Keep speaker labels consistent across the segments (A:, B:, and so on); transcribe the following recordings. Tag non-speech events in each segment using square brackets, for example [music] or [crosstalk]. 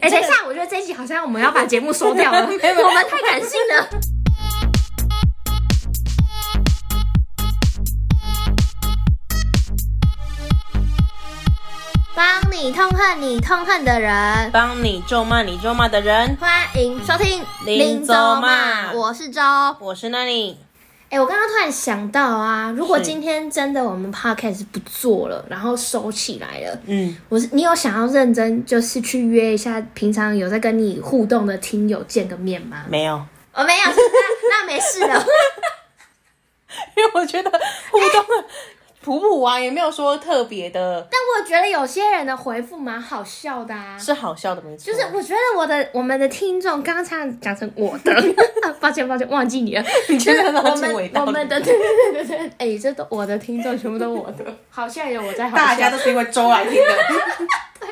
A: 哎集好像我们要把节目收掉 [laughs] 了，我
B: 没有没有
A: 们太感性了。帮你痛恨你痛恨的人，
B: [laughs] 帮你咒骂你咒骂的人，
A: 欢迎收听
B: 林
A: 州
B: 骂
A: 我是周。
B: 我是那里。
A: 哎、我刚刚突然想到啊，如果
B: 是
A: 今天真的我们 podcast 不做了，然后收起来了，
B: 嗯，
A: 我是你有想要认真就是去约一下平常有在跟你互动的听友见个面吗？
B: 没有，
A: 我、哦没有，那那没事的。 [laughs]
B: 因 [laughs] 为我觉得互动的普普啊，也没有说特别的，
A: 但我觉得有些人的回复蛮好笑的啊，
B: 是好笑的，没错。
A: 就是我觉得我的我们的听众刚刚差点讲成我
B: [laughs]
A: 的，啊抱歉抱歉，忘记你了。
B: 你觉得
A: 我
B: 拿
A: 们
B: 出伟大
A: 我们
B: [laughs]
A: 的对对对对对，哎、这都我的听众全部都我的，好像有我在好笑，
B: 大家都是因为周啊来听的，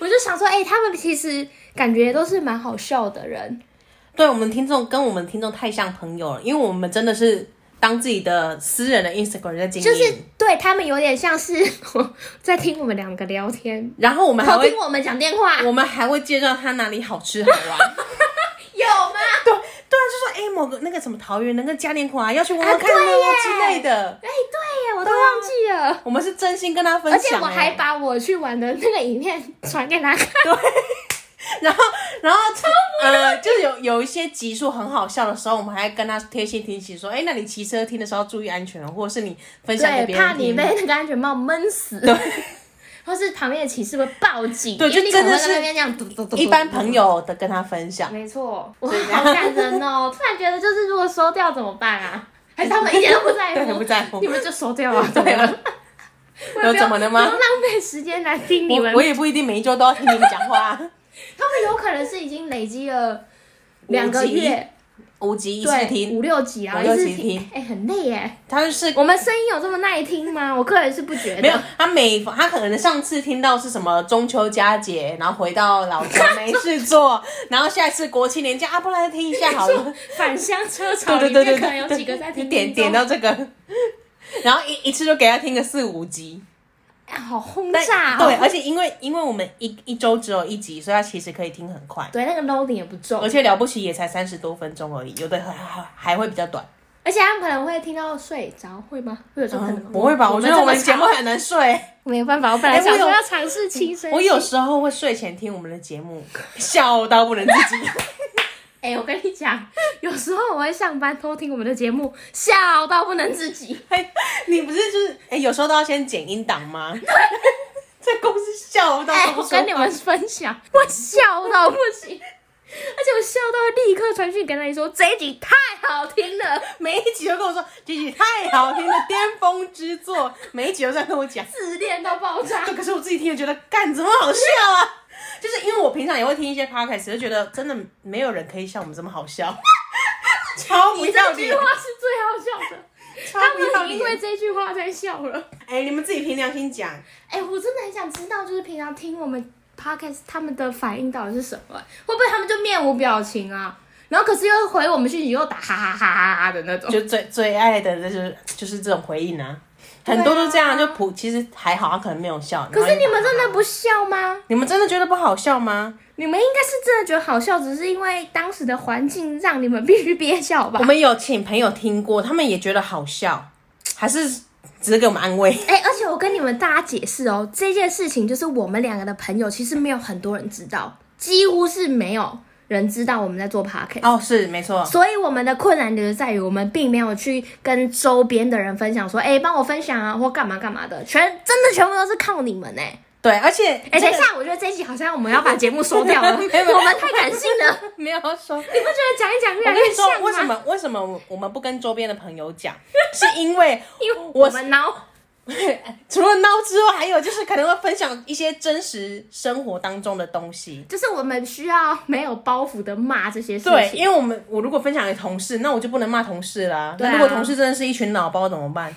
A: 我就想说，哎、他们其实感觉都是蛮好笑的人，
B: [laughs] 对我们听众跟我们听众太像朋友了，因为我们真的是当自己的私人的 Instagram 在经营，
A: 就是对他们有点像是 [laughs] 在听我们两个聊天，
B: 然后我们还
A: 好
B: 会
A: 听我们讲电话，有
B: 我们还会介绍他哪里好吃好 [laughs] 玩。
A: 吗？
B: 对对啊，就说哎、诶某个那个什么桃园那个嘉年华要去玩玩看
A: 啊对
B: 哦
A: 耶
B: 之类的，
A: 哎、对耶，我都忘记了。
B: 我们是真心跟他分
A: 而
B: 享、欸
A: 且我
B: 诶
A: 还把我去玩的那个影片传给他看，
B: [laughs] 然后然后呃，就是有有一些集数很好笑的时候，我们还跟他贴心提醒说，哎、那你骑车听的时候要注意安全哦，或者是你分享给
A: 对，
B: 别
A: 怕
B: 人
A: 你
B: 听。
A: 被那个安全帽闷死， [laughs] 或是旁边的骑士会报警，
B: 对
A: 因为
B: 就
A: 你可能
B: 真的
A: 会
B: 是
A: 在那边这样嘟嘟嘟嘟
B: 一般朋。友的跟他分享，
A: 没错，哇，好感人哦！突然觉得，就是如果收掉怎么办啊？还是他 [laughs] 们一点都不在
B: 对
A: 乎，
B: 不在乎
A: 你们就收掉啊？
B: [laughs] 对啊，
A: 我也不要
B: 有怎么了吗
A: 不用浪费时间来听 [laughs] 你
B: 我
A: 们
B: 我，也不一定每一周都要听你们讲话、
A: [laughs]
B: 啊，
A: 他们有可能是已经累积了两个月，
B: 五集一次
A: 对，
B: 听，
A: 五六集啊，
B: 五六
A: 一
B: 集
A: 直听
B: 听，
A: 哎，很累耶。
B: 他就是
A: 我们声音有这么耐听吗？我个人是不觉得，
B: 没有，他每他可能上次听到是什么中秋佳节，然后回到老家没事做，然后下一次国庆年假啊，不然听一下好了。
A: 返乡车潮
B: 对对
A: 里面
B: 对对
A: 可能
B: 对，
A: 有几个在听
B: 点
A: 听
B: 点
A: 众
B: 到这个， [laughs] 然后一一次就给他听个四五集。
A: 哎好轰
B: 但
A: 炸哦，
B: 对，而且因为因为我们一一周只有一集，所以他其实可以听很快，
A: 对，那个 loading 也不重
B: 而，且了不起也才三十多分钟而已，有的还还还会比较短。
A: 而且他们可能会听到睡着，会吗？会有这种可能吗？
B: 嗯不会吧？我觉得我们
A: 这么
B: 节目
A: 吵
B: 很难睡。
A: 没有办法，我本来
B: 哎
A: 想
B: 我
A: 说
B: 有
A: 要尝试轻声，
B: 我有，时候会睡前听我们的节目， [laughs] 笑到不能自己。 [laughs]
A: 哎，我跟你讲，有时候我会上班偷听我们的节目，笑到不能自己。
B: 哎，你不是就是哎、有时候都要先剪音档
A: [laughs]
B: 吗？在公司笑到
A: 哎、
B: 不
A: 我
B: 说
A: 跟你们分享，我笑到不行，而且我笑到立刻传讯给那里说这一集太好听了，
B: 每一集都跟我说这集太好听了，巅峰之作。每一集都在跟我讲，
A: 自恋到爆炸
B: 对，。可是我自己听了觉得，干怎么好笑啊？就是因为我平常也会听一些 podcast，就觉得真的没有人可以像我们这么好笑，超不
A: 你
B: 要
A: 这句
B: 脸，
A: 话是最好笑的，
B: 超
A: 他
B: 不要
A: 们因为
B: 脸。
A: 这句话在笑了。
B: 哎、你们自己凭良心讲，
A: 哎、我真的很想知道，就是平常听我们 podcast 他们的反应到底是什么、会不会他们就面无表情啊？然后可是又回我们讯息又打哈哈哈哈哈的那种。
B: 就最最爱的就是就是这种回应啊，很多都这样，啊就普其实还好，他可能没有笑。
A: 啊可
B: 然后
A: 是你们真的不笑吗？
B: 你们真的觉得不好笑吗？
A: 你们应该是真的觉得好笑，只是因为当时的环境让你们必须憋笑吧
B: 我？们有请朋友听过，他们也觉得好笑，还是只是给我们安慰？
A: 哎、而且我跟你们大家解释哦，这件事情就是我们两个的朋友，其实没有很多人知道，几乎是没有人知道我们在做 p o c k e t
B: 哦，是没错，
A: 所以我们的困难点就在于，我们并没有去跟周边的人分享，说，哎、帮我分享啊，或干嘛干嘛的，全真的全部都是靠你们哎、
B: 对，而且
A: 哎、
B: 这
A: 等一
B: 个
A: 下，我觉得这一集好像我们要把节目收掉
B: [laughs]
A: 了，我们太感性了， [laughs]
B: 没有说。
A: 你不觉得讲一讲越
B: 我
A: 来
B: 跟
A: 越
B: 你
A: 像
B: 说，
A: 吗？
B: 为什么为什么我们不跟周边的朋友讲？ [laughs] 是因为
A: 因为
B: 我
A: 我们挠，
B: 除了闹之外，还有就是可能会分享一些真实生活当中的东西。
A: 就是我们需要没有包袱的骂这些事
B: 对，
A: 情。
B: 因为我们我如果分享给同事，那我就不能骂同事啦。
A: 对啊
B: 那如果同事真的是一群脑包怎么办？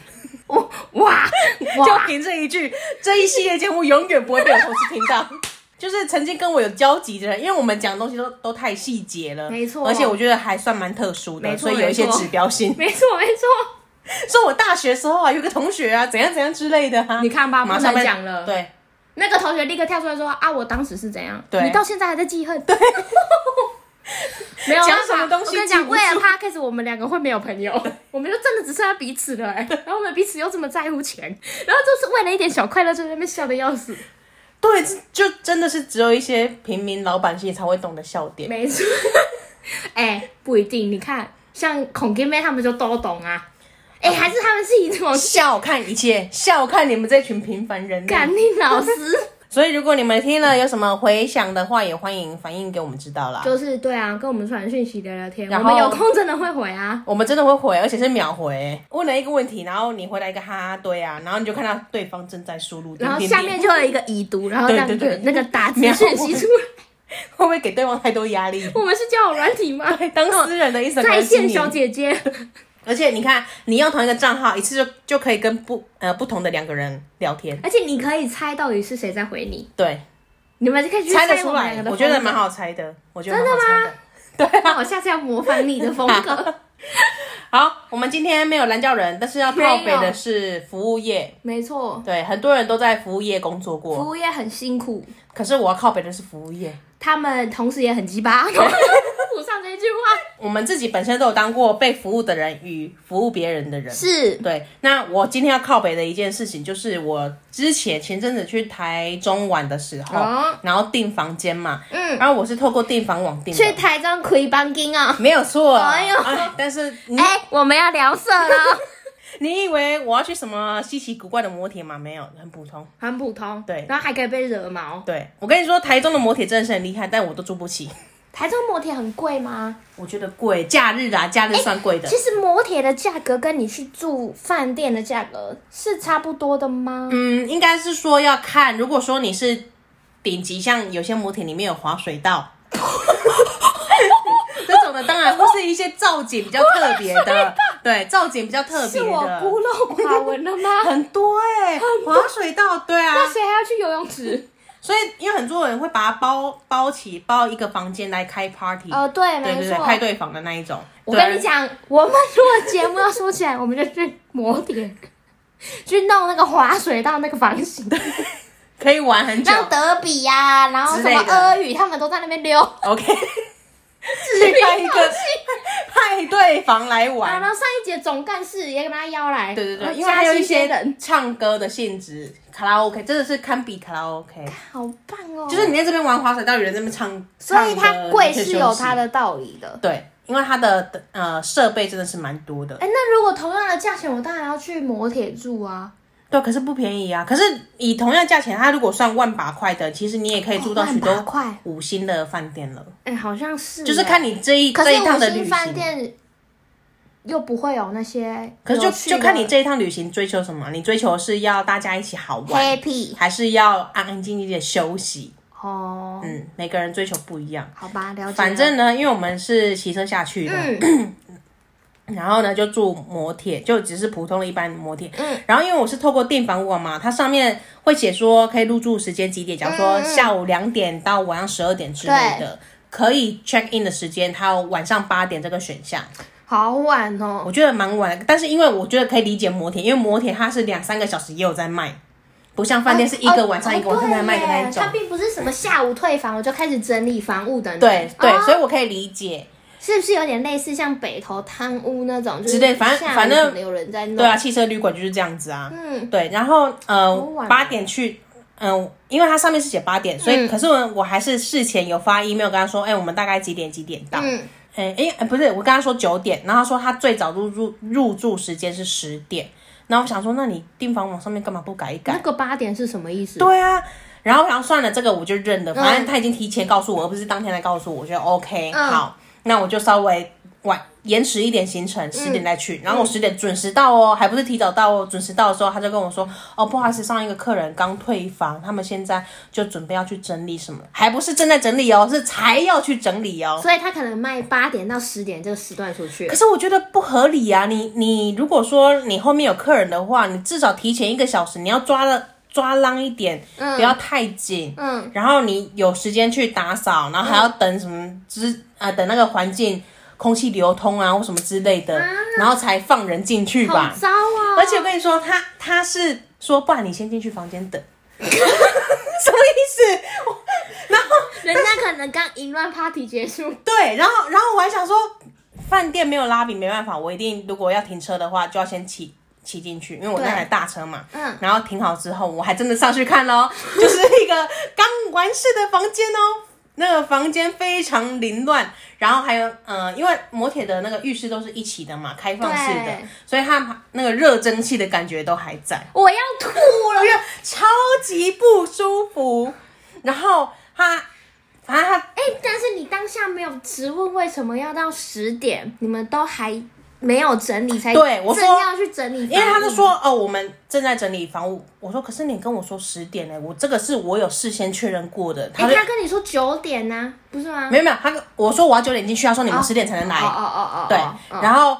A: 哇哇
B: [laughs] 就
A: 哇！
B: 凭这一句，这一系列节目永远不会被我同事听到。 [laughs] 就是曾经跟我有交集的人，因为我们讲的东西都都太细节了，
A: 没错
B: 而且我觉得还算蛮特殊
A: 没
B: 的，
A: 错
B: 所以有一些
A: 没错
B: 指标性。 [laughs]
A: 没错没错，
B: 说我大学时候啊，有个同学啊，怎样怎样之类的啊。
A: 你看吧
B: 马
A: 不能
B: 上被
A: 讲了
B: 对，
A: 那个同学立刻跳出来说啊，我当时是怎样，
B: 对
A: 你到现在还在记恨，对， [laughs] 没有
B: 讲
A: 办法
B: 什么东西
A: 我跟你
B: 记
A: 讲，
B: 不
A: 为
B: 住
A: 了 podcast，我们两个会没有朋
B: [laughs]
A: 友，我们就真的只剩下彼此了、哎，然后我们彼此又这么在乎钱，然后就是为了一点小快乐，就在那边笑的要死，
B: 对，这就真的是只有一些平民老百姓才会懂得笑点。
A: 没错， [laughs] 哎、不一定，你看像孔金妹他们就都懂啊，
B: 嗯
A: 哎、还是他们是一种
B: 笑看一切，笑看你们这群平凡人类。
A: 感令老
B: [laughs]
A: 师。
B: 所以，如果你们听了有什么回想的话，也欢迎反映给我们知道啦。
A: 就是对啊，跟我们传讯息聊聊天，
B: 然
A: 我
B: 后
A: 们有空真的会回啊。
B: 我们真的会回，而且是秒回。问了一个问题，然后你回答一个哈哈对啊，然后你就看到对方正在输入，
A: 然后
B: 点点
A: 下
B: 点
A: 面就有一个已读，然后
B: 对
A: 让
B: 对对
A: 那个打字讯息出来。
B: 会不会给对方太多压力？
A: 我们是交友软体吗？
B: 当私人的 Instagram
A: 哦在线
B: 经营
A: 小姐姐，
B: 而且你看，你用同一个账号，一次就就可以跟不呃不同的两个人聊天，
A: [laughs] 而且你可以猜到底是谁在回你，
B: 对，
A: 你们就可以去
B: 猜得
A: 我
B: 出
A: 们两
B: 来
A: 个，的
B: 我觉得
A: 风格
B: 蛮。好猜的，我觉得
A: 真的
B: 蛮好猜
A: [laughs]
B: 的。
A: 那我下次要模仿你的风
B: [laughs]
A: 格。
B: 好，我们今天没有蓝教人，但是要靠北
A: 没
B: 的
A: 有
B: 是服务业，
A: 没错，
B: 对，很多人都在服务业工作过，
A: 服务业很辛苦，
B: 可是我要靠北的是服务业。
A: 他们同时也很鸡
B: [laughs]
A: 巴。补上这句话
B: 我们自己本身都有当过被服务的人与服务别人的人。
A: 是
B: 对，那我今天要靠北的一件事情，就是我之前前阵子去台中玩的时候，
A: 哦
B: 然后订房间嘛，
A: 嗯
B: 然后我是透过订房网订
A: 去
B: 的，
A: 台中亏帮金啊！
B: 没有错。
A: 哎呦
B: 但是你、
A: 哎、我们要聊色了，
B: 你以为我要去什么稀奇古怪的摩铁吗？没有， [laughs] 很普通。
A: 很普通，
B: 对
A: 然后还可以被惹毛。
B: 对我跟你说，台中的摩铁真的是很厉害，但我都住不起。
A: 台中摩铁很贵吗？
B: 我觉得贵，假日啊，假日算贵的。
A: 其实摩铁的价格跟你去住饭店的价格是差不多的吗？
B: 嗯，应该是说要看，如果说你是顶级，像有些摩铁里面有滑水道， [laughs] 这种的当然或是一些造景比较特别
A: [laughs]
B: 的，对，造景比较特别
A: 是我
B: 的
A: 孤陋寡闻了吗？
B: 很多哎、
A: 欸
B: 滑水道，对啊，
A: 那谁还要去游泳池？
B: 所以因为很多人会把它包包起，包一个房间来开 party，、
A: 呃，对，
B: 嗯对
A: 没
B: 对对，
A: 错。
B: 派对房的那一种。
A: 我
B: 对
A: 跟你，讲，我们如果节目要说起来，我们就去摩铁， [laughs] 去弄那个滑水道那个房型，
B: 可以玩很久
A: 让德比呀、然后
B: 之
A: 什
B: 类的
A: 么阿语他们都在那边溜，
B: ，OK， [laughs]
A: 自己
B: 派一个派对房来玩
A: 啊，。然后上一节总干事也把他邀来，
B: 对对
A: 然
B: 对，
A: 后
B: 因为还有一
A: 加新鲜
B: 些
A: 人，
B: 唱歌的性质，卡拉 OK 真的是堪比卡拉 OK，
A: 好棒哦！
B: 就是你在这边玩滑水道，有人在那边唱，
A: 所以
B: 唱歌
A: 它贵是有它
B: 的
A: 的道理的。
B: 对，因为它的呃设备真的是蛮多的，
A: 哎、那如果同样的价钱，我当然要去摩铁住啊。
B: 对，可是不便宜啊。可是以同样价钱，它如果算万把块的，其实你也可以住到
A: 哦
B: 许
A: 万把
B: 多
A: 块
B: 五星的饭店了，
A: 哎、好像是、
B: 就是看。你这一
A: 可
B: 这
A: 是
B: 一趟
A: 五
B: 的旅
A: 星
B: 行
A: 饭。店又不会有那些
B: 可是就
A: 有趣的
B: 就看你这一趟旅行追求什么，你追求是要大家一起好玩，
A: happy
B: 还是要安安静静的休息？
A: 哦。
B: 嗯，每个人追求不一样。
A: 好吧，了解了。
B: 反正呢，因为我们是骑车下去的，
A: 嗯，
B: 然后呢就住摩铁，就只是普通的一般摩铁。嗯，然后因为我是透过订房网嘛，它上面会写说可以入住时间几点，假如
A: 嗯
B: 说下午两点到晚上十二点之类的，可以 check in 的时间，还有晚上八点这个选项，
A: 好晚哦。
B: 我觉得蛮晚的。但是因为我觉得可以理解摩铁，因为摩铁它是两三个小时也有在卖，不像饭店是一个晚上、
A: 哦
B: 一个晚上在卖的那一
A: 对耶
B: 种
A: 它。并不是什么下午退房我就开始整理房屋等等。
B: 对对，
A: 哦
B: 所以我可以理解。
A: 是不是有点类似像北投贪污那种？就是
B: 之类反正
A: 下午
B: 反正
A: 可能有人在弄。
B: 对啊，汽车旅馆就是这样子啊。
A: 嗯，
B: 对，然后呃
A: 晚
B: 八点去，嗯、因为它上面是写八点，所以、
A: 嗯
B: 可是我我还是事前有发 email 跟他说，哎、我们大概几点几点到？
A: 嗯
B: 哎、哎、不是，我跟他说九点，然后他说他最早入入入住时间是十点，然后我想说，那你订房网上面干嘛不改一改？
A: 那个八点是什么意思？
B: 对啊。然后我想算了，这个我就认
A: 嗯
B: 了，反正他已经提前告诉我，而不是当天来告诉我，我觉得 OK，、
A: 嗯
B: 好，那我就稍微晚延迟一点行
A: 嗯
B: 程，十点再去。然后我十点准时到哦，还不是提早到哦，准时到的时候他就跟我说，哦，不好意思，上一个客人刚退房，他们现在就准备要去整理什么，还不是正在整理哦，是才要去整理哦。
A: 所以他可能卖八点到十点这个时段出去
B: 可。是我觉得不合理啊！你你如果说你后面有客人的话，你至少提前一个小时，你要抓了抓浪一点，不要太紧。
A: 嗯，
B: 然后你有时间去打扫，然后还要等什么之啊、等那个环境空气流通啊或什么之类的，然后才放人进去
A: 好
B: 吧。
A: 糟啊！
B: 而且我跟你说，他他是说，不然你先进去房间等。 [laughs] 什么意思？我然后
A: 人家可能刚淫乱 party 结束，
B: 对，然后然后我还想说，饭店没有拉比没办法，我一定如果要停车的话，就要先骑骑进去，因为我那台大车嘛。
A: 嗯
B: 然后停好之后，我还真的上去看
A: [laughs]
B: 喽，就是一个刚完事的房间哦。那个房间非常凌乱，然后还有呃，因为摩铁的那个浴室都是一起的嘛，开放式的
A: 对，
B: 所以它那个热蒸汽的感觉都还在。
A: 我要吐了
B: 我觉。得超级不舒服。然后他，反正他
A: [laughs] 哎、但是你当下没有直问为什么要到十点，你们都还没有整理才
B: 对我说
A: 正要去整理，哎
B: 因为他就说哦，我们正在整理房屋。我说可是你跟我说十点呢、我这个是我有事先确认过的。
A: 哎、
B: 他就、
A: 他跟你说九点呢、不是吗？
B: 没有没有，他跟我说我要九点进去，他说你们十点才能来。
A: 哦哦哦哦，
B: 对，
A: 嗯
B: 然后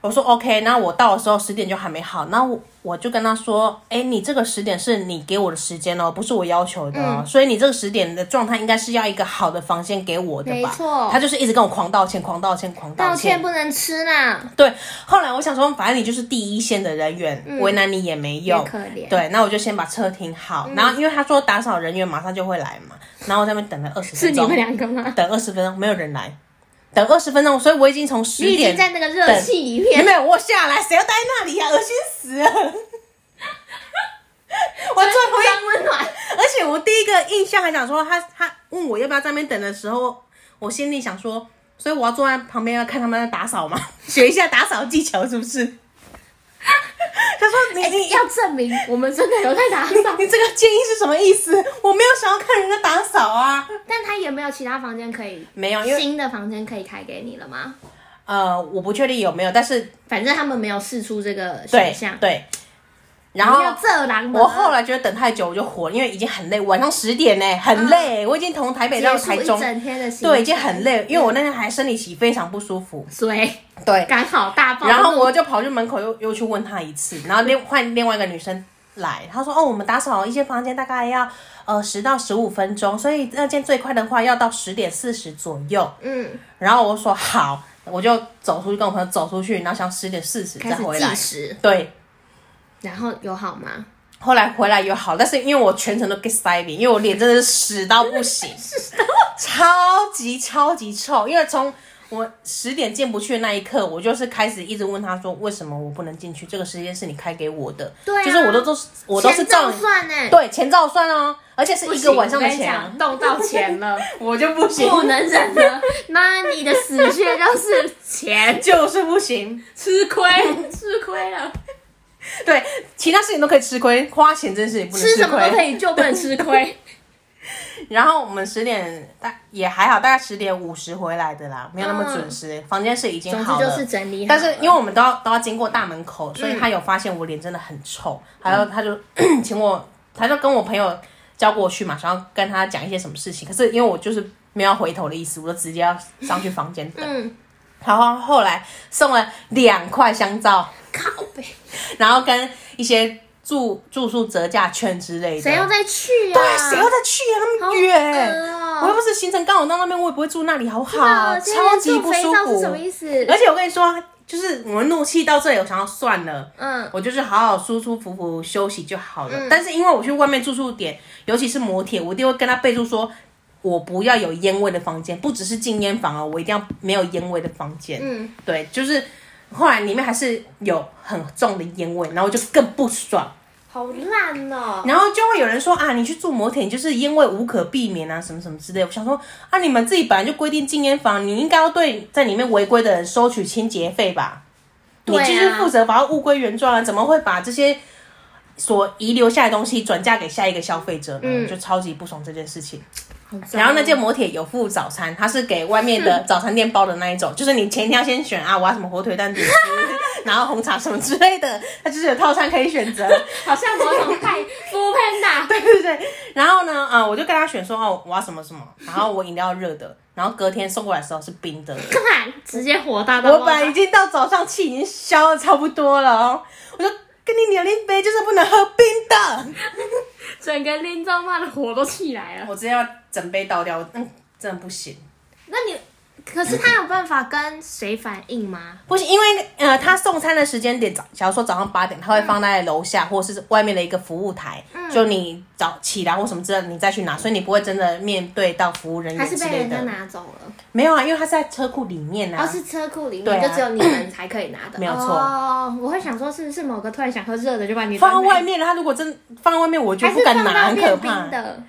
B: 我说 OK，那我到的时候十点就还没好，那我我就跟他说，哎，你这个十点是你给我的时间哦，不是我要求的、哦，
A: 嗯
B: 所以你这个十点的状态应该是要一个好的房间给我的吧？
A: 没错
B: 他就是一直跟我狂道歉，狂道歉，狂道
A: 道
B: 歉。
A: 歉不能吃啦，
B: 对，后来我想说，反正你就是第一线的人员，为难你也没用，
A: 嗯也可怜嗯
B: 对，那我就先把车停好，然后因为他说打扫人员马上就会来嘛，然后我在那边等了二十
A: 是
B: 分
A: 你
B: 钟，
A: 们两个吗？
B: 等二十分钟没有人来，等二十分钟，所以我已经从十
A: 你
B: 点
A: 已经在那个热
B: 等
A: 气里面，
B: 没有，我下来，谁要待那里呀、恶心死了！ [laughs] 我最后一，
A: 装温暖。
B: 而且我第一个印象还想说他，他问我要不要在那边等的时候，我心里想说，所以我要坐在旁边要看他们在打扫嘛， [laughs] 学一下打扫技巧是不是？ [laughs] 他说你、
A: 哎、
B: 你
A: 要证明我们真的有在打扫，
B: 你这个建议是什么意思？我没有想要看人家打扫啊，
A: 但他也没有其他房间可以，
B: 没啊有，因为
A: 新的房间可以开给你了吗？
B: 呃，我不确定有没有，但是
A: 反正他们没有试出这个选
B: 对
A: 项。
B: 对，然后
A: 要这啊狼的
B: 我后来觉得等太久我就火了，因为已经很累，晚上十点呢、很累、我已经从台北到
A: 嗯结束
B: 台
A: 一
B: 中，
A: 整天的行程，
B: 对，已经很累，因为我那天还生理期非常不舒服，
A: 所以
B: 对，
A: 刚好大爆。
B: 然后我就跑去门口又又去问他一次，然后另换另外一个女生来，她说哦，我们打扫一些房间大概要呃十到十五分钟，所以那件最快的话要到十点四十左右，
A: 嗯，
B: 然后我说好，我就走出去跟我朋友走出去，然后想十点四十
A: 开
B: 再
A: 始
B: 回
A: 计
B: 来，
A: 时，
B: 对，
A: 然后有好吗？
B: 后来回来有好，但是因为我全程都 get saving，因为我脸真的是屎到
A: [laughs]
B: 不行，超级超级臭。因为从我十点进不去的那一刻，我就是开始一直问他说，为什么我不能进去？这个时间是你开给我的，
A: 对啊
B: 就是我都都是我都是
A: 钱照
B: 照
A: 算呢、欸，
B: 对前照算哦，而且是
A: 不
B: 一
A: 行
B: 个晚上的
A: 我跟你
B: 钱
A: 讲
B: 啊，
A: 动到钱
B: [laughs]
A: 了，
B: 我就不行，
A: 不能忍了。妈，你的死穴就是
B: [laughs]
A: 钱，
B: 就是不行。
A: 吃亏，吃亏了，
B: 对，其他事情都可以吃亏，花钱这件事情不能
A: 吃什么
B: 亏
A: 都。可以，就不能吃亏。
B: 然后我们十点大也还好，大概十点五十回来的啦，没有那么准时。房间是已
A: 嗯
B: 经
A: 总之
B: [laughs] 好
A: 就
B: 了，
A: 是整理好
B: 但
A: 了，
B: 是因为我们都要都要经过大门口，所以他有发现我脸真的很臭，
A: 嗯
B: 还有他就 [coughs] 请我，他就跟我朋友叫过去嘛，想要跟他讲一些什么事情。可是因为我就是没有回头的意思，我就直接要上去房间等。
A: 嗯，
B: 然后后来送了两块香皂，
A: 靠北，
B: 然后跟一些住住宿折价券之类的。
A: 谁要再去呀、
B: 对，谁要再去啊？那么远、
A: 好恶哦
B: 我又不是行程刚好到那边，我也不会住那里，好不好？
A: 啊今天
B: 超级
A: 做
B: 不
A: 肥
B: 舒
A: 皂
B: 服
A: 是什。么意思？
B: 而且我跟你说，就是我怒气到这里，我想要算了，
A: 嗯，
B: 我就是好好舒舒服服休息就好了。但是因为我去外面住宿点，尤其是摩铁，我一定会跟他备注说。我不要有烟味的房间，不只是禁烟房哦，我一定要没有烟味的房间。
A: 嗯，
B: 对，就是后来里面还是有很重的烟味，然后我就更不爽。
A: 好烂哦、
B: 然后就会有人说啊，你去住摩铁，你就是烟味无可避免啊，什么什么之类的。我想说啊，你们自己本来就规定禁烟房，你应该要对在里面违规的人收取清洁费吧？
A: 对啊
B: 你就是负责把它物归原状啊，怎么会把这些所遗留下来的东西转嫁给下一个消费者呢？就超级不爽这件事情。
A: 嗯好脏
B: 然后那间摩铁有附早餐，它是给外面的早餐店包的那一种，就是你前一天要先选啊，我要什么火腿蛋吐司， [laughs] 然后红茶什么之类的，它就是有套餐可以选择。
A: 好像某种派夫喷打，
B: [laughs] 对对对。然后呢，啊、我就跟他选说，哦，我要什么什么，然后我饮料热的，然后隔天送过来的时候是冰
A: [laughs]
B: 的。
A: 看直接火大到
B: 我
A: 爆
B: 本来已经到早上气已经消的差不多了哦，我就跟你扭一杯，就是不能喝冰
A: [laughs]
B: 的。
A: 整个林中妈的火都起来了。
B: 我直接要整杯倒掉，我嗯，真的不行。
A: 那你可是他有办法跟谁反应吗？
B: 不是因为呃，他送餐的时间点早，假如说早上八点，他会放在楼下、或是外面的一个服务台，
A: 嗯
B: 就你早起来或什么之类的，你再去拿，所以你不会真的面对到服务人
A: 还
B: 员
A: 是
B: 嗯之
A: 被
B: 类
A: 人家
B: 的。
A: 拿走了？
B: 没有啊，因为他是在车库里面
A: 哦，
B: 啊。
A: 是车库里
B: 对
A: 面，
B: 啊
A: 就只有你们才可以拿的。
B: 没有错
A: 哦，我会想说，是不是某个突然想喝热的就把你
B: 放在
A: 端来
B: 外，面了，他如果真放在外面，我就
A: 还
B: 不
A: 是
B: 敢
A: 放
B: 拿，
A: 到
B: 很可
A: 变
B: 怕
A: 冰。的？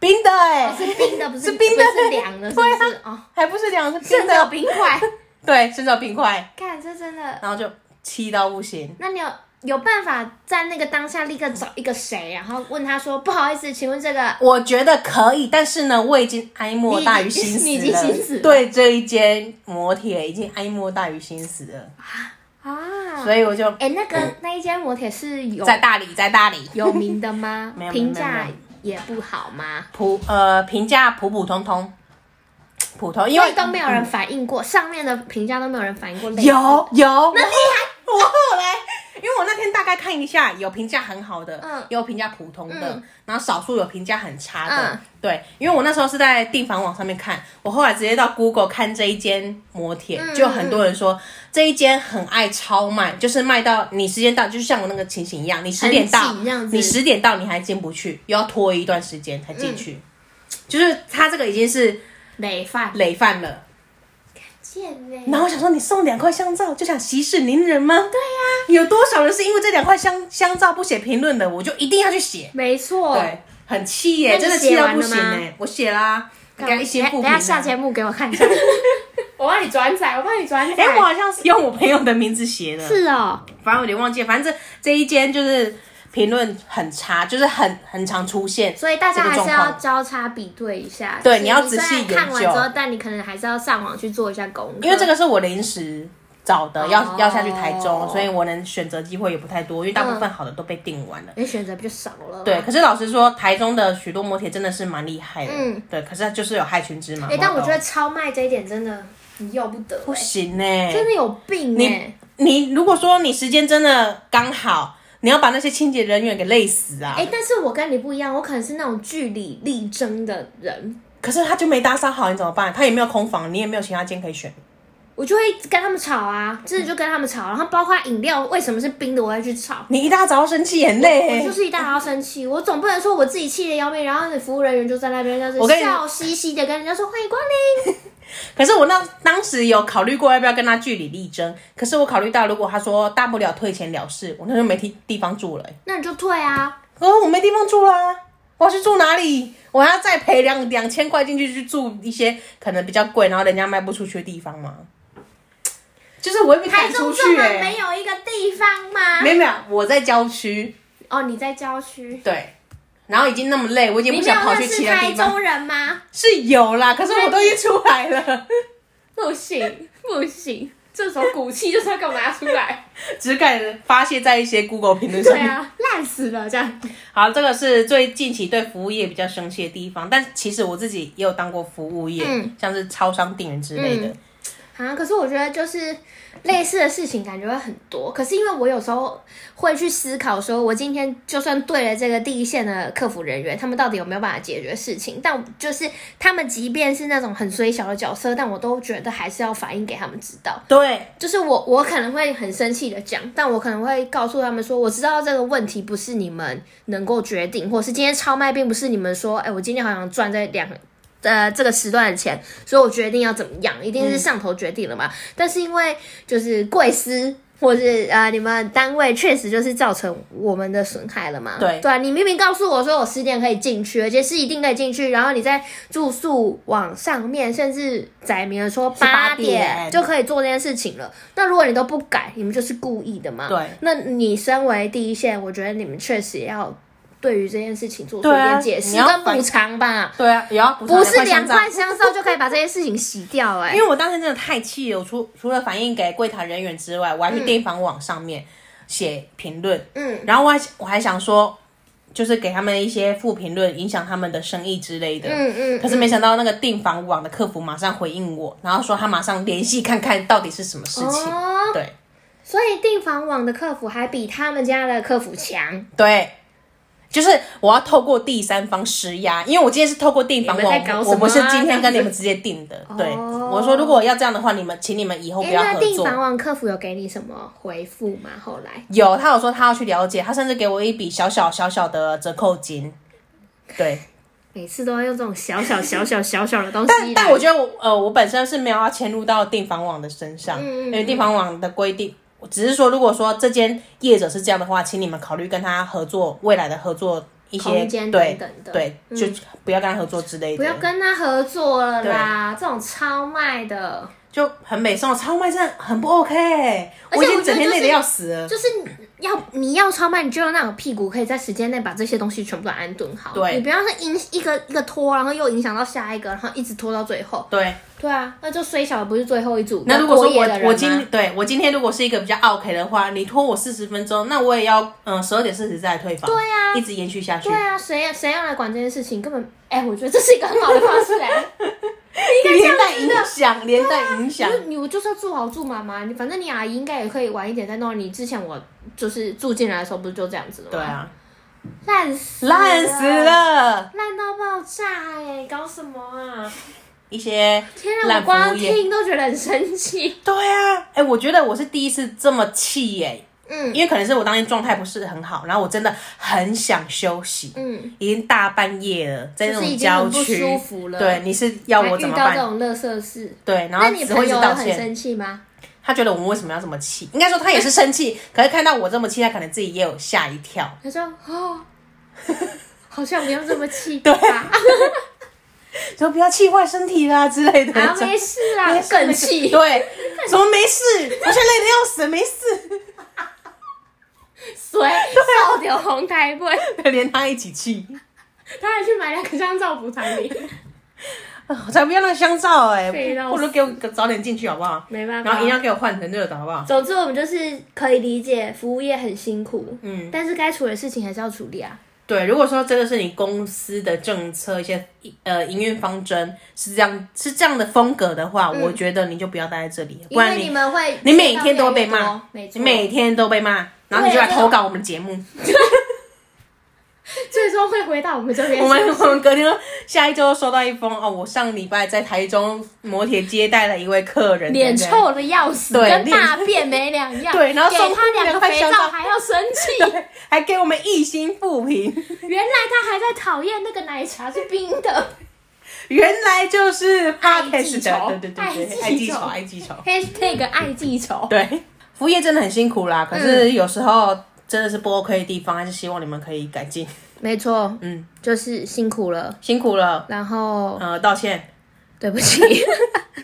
B: 冰的哎、
A: 哦，是冰的，不是
B: 是冰的
A: 不是凉的，是不是？哦，
B: 还不是两是
A: 甚至
B: 冰
A: 有
B: 的，
A: 冰 [laughs] 块。
B: 对，甚至有冰块，
A: 看，这真的，
B: 然后就气到不行。
A: 那你有有办法在那个当下立刻找一个谁，然后问他说：“不好意思，请问这个
B: 我觉得可以，但是呢，我已经哀莫大于心死了。
A: 你已经心死了
B: 对这一间摩铁已经哀莫大于心死了，
A: 啊？”
B: 所以我就
A: 哎、那个、那一间摩铁是有
B: 嗯在大理，在大理
A: 有名的吗
B: [laughs] 没有？没有
A: 评价
B: 没有
A: 也不好吗？
B: 普呃评价普普通通，普通，因
A: 所以
B: 为嗯
A: 都没有人反映过，上面的评价都没有人反映过类似。
B: 有有，
A: 那厉
B: 害！我后来，因为我那天大概看一下，有评价很好的，
A: 嗯
B: 也有评价普通的，
A: 嗯
B: 然后少数有评价很差的。
A: 嗯
B: 对，因为我那时候是在订房网上面看，我后来直接到 Google 看这一间摩铁，
A: 嗯
B: 就很多人说这一间很爱超卖，就是卖到你时间到，就像我那个情形一样，你十点到
A: 很紧这样，子嗯
B: 你十点到你还进不去，又要拖一段时间才进去。就是他这个已经是
A: 累犯
B: 累犯了，
A: 贱嘞
B: 然后我想说，你送两块香皂就想息事宁人吗？对呀、有多少人是因为这两块香香皂不写评论的？我就一定要去写，
A: 没错，
B: 对，很气
A: 哦那
B: 耶，
A: 你
B: 真的气到不行
A: 写完了
B: 哎，我写啦，给他一些
A: 等
B: 不
A: 等
B: 评
A: 下下
B: 啊。
A: 节目给我看一下， [laughs] 我帮你转载，我帮你转载。
B: 哎、我好像是用我朋友的名字写的，
A: 是哦，
B: 反正我有点忘记了，反正这这一间就是评论很差，就是很很常出现，
A: 所以大家还
B: 这个
A: 是
B: 状
A: 要
B: 况
A: 交叉比对一下。
B: 对
A: 就是
B: 你要仔细
A: 虽然看完
B: 研究
A: 之后，但你可能还是要上网去做一下功课，
B: 因为这个是我临时找的，要、
A: 哦
B: 要下去台中，所以我能选择机会也不太多，因为大部分好的都被订完了。
A: 你选择比较少了。
B: 对，，可是老实说，台中的许多摩铁真的是蛮厉害的。
A: 嗯
B: 对，可是它就是有害群之马。
A: 哎、但我
B: 猫
A: 觉
B: 狗
A: 得超卖这一点真的你要不得、
B: 不
A: 欸，
B: 行呢、
A: 真的有病哎、
B: 你如果说你时间真的刚好，你要把那些清洁人员给累死啊！
A: 哎、但是我跟你不一样，我可能是那种据理力争的人，
B: 可是他就没打扫好，你怎么办？他也没有空房，你也没有其他间可以选。
A: 我就会跟他们吵啊，真的就跟他们吵。然后包括饮料为什么是冰的，我会去吵。
B: 你一大早要生气很累、
A: 我就
B: 欸。
A: 是一大早要生气，我总不能说我自己气得要命，然后那服务人员就在那边就是
B: 我跟你
A: 笑嘻嘻的跟人家说欢迎光临，
B: 可是我那当时有考虑过要不要跟他据理力争，可是我考虑到如果他说大不了退钱了事，我那就没地地方住了、欸。
A: 那你就退啊。
B: 哦，我没地方住啦、我要去住哪里？我还要再赔两两千块进去去住一些可能比较贵，然后人家卖不出去的地方嘛。就是我也被
A: 台
B: 赶
A: 中
B: 出
A: 这
B: 去
A: 么
B: 哎、
A: 没有啊一个地方吗？
B: 没有没有，我在郊区，
A: 哦，你在郊区，
B: 对，然后已经那么累，我已经
A: 你
B: 不
A: 没有
B: 想跑
A: 认
B: 去
A: 识
B: 其他
A: 台
B: 地方。
A: 中人吗？
B: 是有啦，可是我都已经出来了，
A: 不行 [laughs] 不行，这种骨气就是要给我拿出来。
B: [laughs] 只敢发泄在一些 Google 评论
A: [laughs]
B: 上
A: 对
B: 面。
A: 啊，烂死了这样。
B: 好，这个是最近期对服务业比较生气的地方，但其实我自己也有当过服务业，
A: 嗯
B: 像是超商店员之类的。
A: 嗯啊，可是我觉得就是类似的事情，感觉会很多。可是因为我有时候会去思考，说我今天就算对了这个第一线的客服人员，他们到底有没有办法解决事情？但就是他们即便是那种很虽小的角色，但我都觉得还是要反映给他们知道。
B: 对，
A: 就是我，我可能会很生气的讲，但我可能会告诉他们说，我知道这个问题不是你们能够决定，或是今天超卖并不是你们说，哎、我今天好想赚这两呃这个时段的钱，所以我决定要怎么样，一定是上头决定了
B: 嗯
A: 嘛。但是因为就是贵司。或是呃，你们单位确实就是造成我们的损害了嘛？
B: 对
A: 对啊，你明明告诉我说我十点可以进去，而且是一定可以进去，然后你在住宿网上面甚至载明了说八
B: 八
A: 点
B: 点
A: 就可以做这件事情了。那如果你都不改，你们就是故意的嘛？
B: 对
A: 那你身为第一线，我觉得你们确实也要对于这件事情做出一
B: 对啊
A: 点解释
B: 你要
A: 跟
B: 反
A: 补偿吧。
B: 对啊，也要补偿
A: 不是两
B: 香皂
A: 块香皂就可以把这件事情洗掉哎、
B: 因为我当时真的太气了，我除除了反映给柜台人员之外，我还去电访网上面写评论，
A: 嗯，
B: 然后我还我还想说，就是给他们一些负评论，影响他们的生意之类的。
A: 嗯嗯
B: 可是没想到那个订房网的客服马上回应我，然后说他马上联系看看到底是什么事情。
A: 哦，
B: 对
A: 所以订房网的客服还比他们家的客服强。
B: 对，就是我要透过第三方施压，因为我今天是透过订房
A: 你们在搞
B: 网，
A: 什
B: 我不是
A: 么啊
B: 今天跟你们直接订的。对，我说如果要这样的话，你们请你们以后不
A: 哎，
B: 要
A: 那
B: 合
A: 订
B: 作。
A: 房网客服有给你什么回复吗？后来
B: 有，他有说他要去了解，他甚至给我一笔小小小小的折扣金。对，
A: 每次都要用这种小小小小小小的东西
B: 但
A: 来，
B: 但我觉得我呃，我本身是没有要迁入到订房网的身上，
A: 嗯
B: 因为订房网的规定，我只是说如果说这间业者是这样的话，请你们考虑跟他合作未来的合作一些
A: 空间
B: 对
A: 等等的，嗯
B: 对，就不要跟他合作之类
A: 不
B: 的
A: 要，跟他合作了啦，这种超卖的。
B: 就很美送超卖真的很不 OK，、
A: 而且
B: 已
A: 我
B: 经
A: 觉得
B: 整天
A: 就
B: 累
A: 是
B: 得要死了。
A: 就是要你要超慢，你就用那种屁股可以在时间内把这些东西全部都安顿好。
B: 对
A: 你不要是影一个一个拖，然后又影响到下一个，然后一直拖到最后。
B: 对，
A: 对啊，那就虽小不是最后一组。
B: 那如果说
A: 过夜的
B: 我
A: 人啊
B: 我
A: 吗
B: 今对我今天如果是一个比较 OK 的话，你拖我四十分钟，那我也要嗯十二点四十再来退房，对呀、一直延续下去
A: 啊对。啊，谁呀谁要来管这件事情？根本哎、我觉得这是一个很好的方式哎、
B: [laughs] 连带影响，连带影响
A: 就。是你我就是要住好住满嘛，你反正你阿姨应该也可以晚一点再弄。你之前我就是住进来的时候不是就这样子了吗？
B: 对，啊，
A: 烂死
B: 烂啊死，了！
A: 烂到爆炸哎、搞什么啊？
B: 一些
A: 天啊，我
B: 烂服
A: 光
B: 务业。
A: 听都觉得很生气。
B: 对啊，哎、我觉得我是第一次这么气耶、
A: 嗯
B: 因为可能是我当天状态不是很好，然后我真的很想休息，
A: 嗯，
B: 已经大半夜了，在
A: 就是
B: 那种
A: 已经
B: 郊
A: 很不
B: 区，
A: 舒服了
B: 对，你是要
A: 还
B: 我怎
A: 遇
B: 么
A: 到这
B: 办？
A: 种乐色事，
B: 对，然后
A: 那你
B: 只会
A: 朋
B: 一直
A: 友
B: 道
A: 很
B: 歉。
A: 生气吗？
B: 他觉得我们为什么要这么气？应该说他也是生气，可是看到我这么气，他可能自己也有吓一跳。
A: 他说
B: [laughs]
A: 哦，好像不用这么气吧， [laughs] 啊，
B: 说不要气坏身体啦之类的。这样
A: 啊没事啦，更气，
B: 对，什么没事？我现在累得要死，没事，
A: 所以少点红台贵，
B: 连他一起气。
A: 他还去买两个香皂补偿你，
B: 啊我才不要那个香皂哎、
A: 废到
B: 不如给我早点进去好不好？
A: [laughs] 没办
B: 然后
A: 法
B: 一定。要给我换成热的好不好？
A: 总之，我们就是可以理解服务业很辛苦，
B: 嗯，
A: 但是该处理的事情还是要处理啊。
B: 对，如果说真的是你公司的政策一些呃营运方针是这样是这样的风格的话，我觉得你就不要待在这里，
A: 嗯因
B: 不然
A: 为
B: 你
A: 你们会，
B: 你每天都被骂，
A: 没
B: 你
A: 错，
B: 每天都被骂，然后你就来投稿我们的节目，
A: 最终会回到我们这边。
B: 我们我们隔天下一周收到一封哦，我上礼拜在台中摩铁接待了一位客人，
A: [laughs] 脸
B: 对不对，
A: 臭的要死，
B: 对
A: 跟
B: 脸
A: 大便没两样。
B: 对然后送
A: 给他两个肥皂还要生气，
B: 对，还给我们一星复评，
A: 原来他还在讨厌那个奶茶是冰
B: [laughs]
A: 的。
B: 原来就是 p o d c a
A: 爱
B: s
A: 记
B: t
A: 仇
B: 的，对对对对，
A: 爱
B: 爱
A: 记
B: 记
A: 仇
B: 仇，爱记仇，
A: #hashtag 爱记仇。
B: [laughs] 对，服务业真的很辛苦啦，可
A: 嗯
B: 是有时候真的是不 OK 的地方，还是希望你们可以改进，
A: 没错，
B: 嗯，
A: 就是辛苦了，
B: 辛苦了，
A: 然后
B: 呃，道歉，
A: 对不
B: [laughs]
A: 起，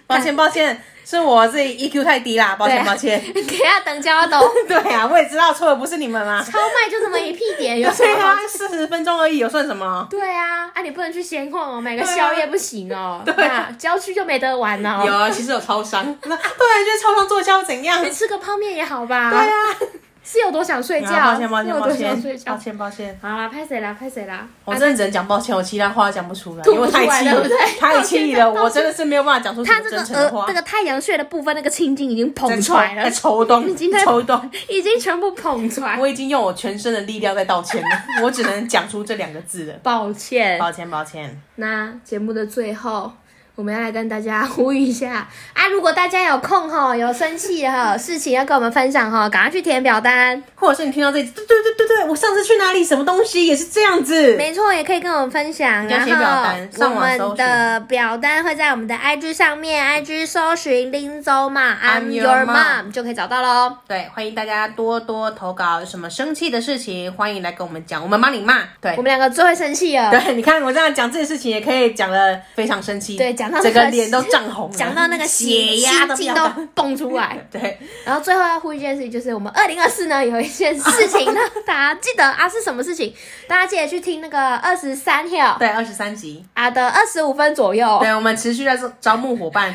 B: 抱歉抱歉，是我自己 EQ 太低啦，抱歉
A: 对啊
B: 抱歉。 [laughs]
A: 给他等交都
B: 对啊，我也知道错的不是你们啦。
A: [laughs] 超卖就这么一屁点，有什
B: 对
A: 么？
B: 啊，四十分钟而已，有算什么？
A: 对啊，啊你不能去闲逛哦，买个
B: 对啊
A: 宵夜不行哦，对啊，郊区就没得玩
B: 有
A: 哦，
B: 啊，其实有超商。 [laughs] 那对，就是超商做销怎样？
A: 你吃个泡面也好吧？
B: 对啊，
A: 是有多想睡觉？
B: 啊抱歉抱
A: 是有多
B: 歉抱
A: 想睡
B: 歉，
A: 觉
B: 抱？歉抱歉，
A: 好啦，拍谁啦？拍谁啦？啊
B: 我真的只能讲抱歉，我其他话讲不出来，
A: 吐
B: 因
A: 不
B: 为
A: 出来
B: 太气
A: 对
B: 了
A: 不对，
B: 太气了，
A: 道歉
B: 我真的是没有办法讲出什
A: 他
B: 么
A: 这个
B: 真诚的
A: 呃
B: 话
A: 这。个太阳穴的部分那个青筋已经
B: 在
A: 捧
B: 抽
A: 出来
B: 在
A: 了，
B: 抽
A: 已
B: 动，
A: 经在
B: 抽动，
A: [laughs] 已经全部捧出来。
B: [laughs] 我已经用我全身的力量在道歉了，我只能讲出这两个字了。
A: 抱歉。
B: 抱歉，抱歉，
A: 那节目的最后，我们要来跟大家呼吁一下啊！如果大家有空哈，有生气
B: [laughs]
A: 哈，事情要跟我们分享哈，赶快去填表单。
B: 或者是你听到这里，对对对对对，我上次去哪里，什么东西也是这样子。
A: 没错，也可以跟我们分享。
B: 要
A: 然
B: 写表单
A: 后
B: 上
A: 我
B: 网
A: 们
B: 搜寻
A: 的表单会在我们的 IG 上面，IG 搜寻林州嘛
B: I'm
A: ，I'm
B: your
A: your
B: mom
A: mom 就可以找到喽。
B: 对，欢迎大家多多投稿，有什么生气的事情，欢迎来跟我们讲，我们帮你骂。对
A: 我，们两个最会生气了。
B: 对，你看我这样讲这些事情，也可以讲的非常生气，
A: 对讲到那
B: 整
A: 个
B: 个脸都涨红了，
A: 讲到那个
B: 血
A: 心
B: 压
A: 心
B: 都
A: 境
B: 飙
A: 都
B: 高
A: 蹦出来，
B: 对，
A: 然后最后要呼吁一件事情，就是我们二零二四呢有一件事情呢， [laughs] 大家记得啊是什么事情？大家记得去听那个二十三条
B: 对，二十三集，
A: 啊的二十五分左右，干大
B: 对，我们持续在招招募伙伴。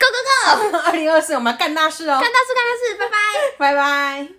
B: Go go go！二零二四，我们要干大事哦
A: 事！干大事，拜拜。
B: 拜拜。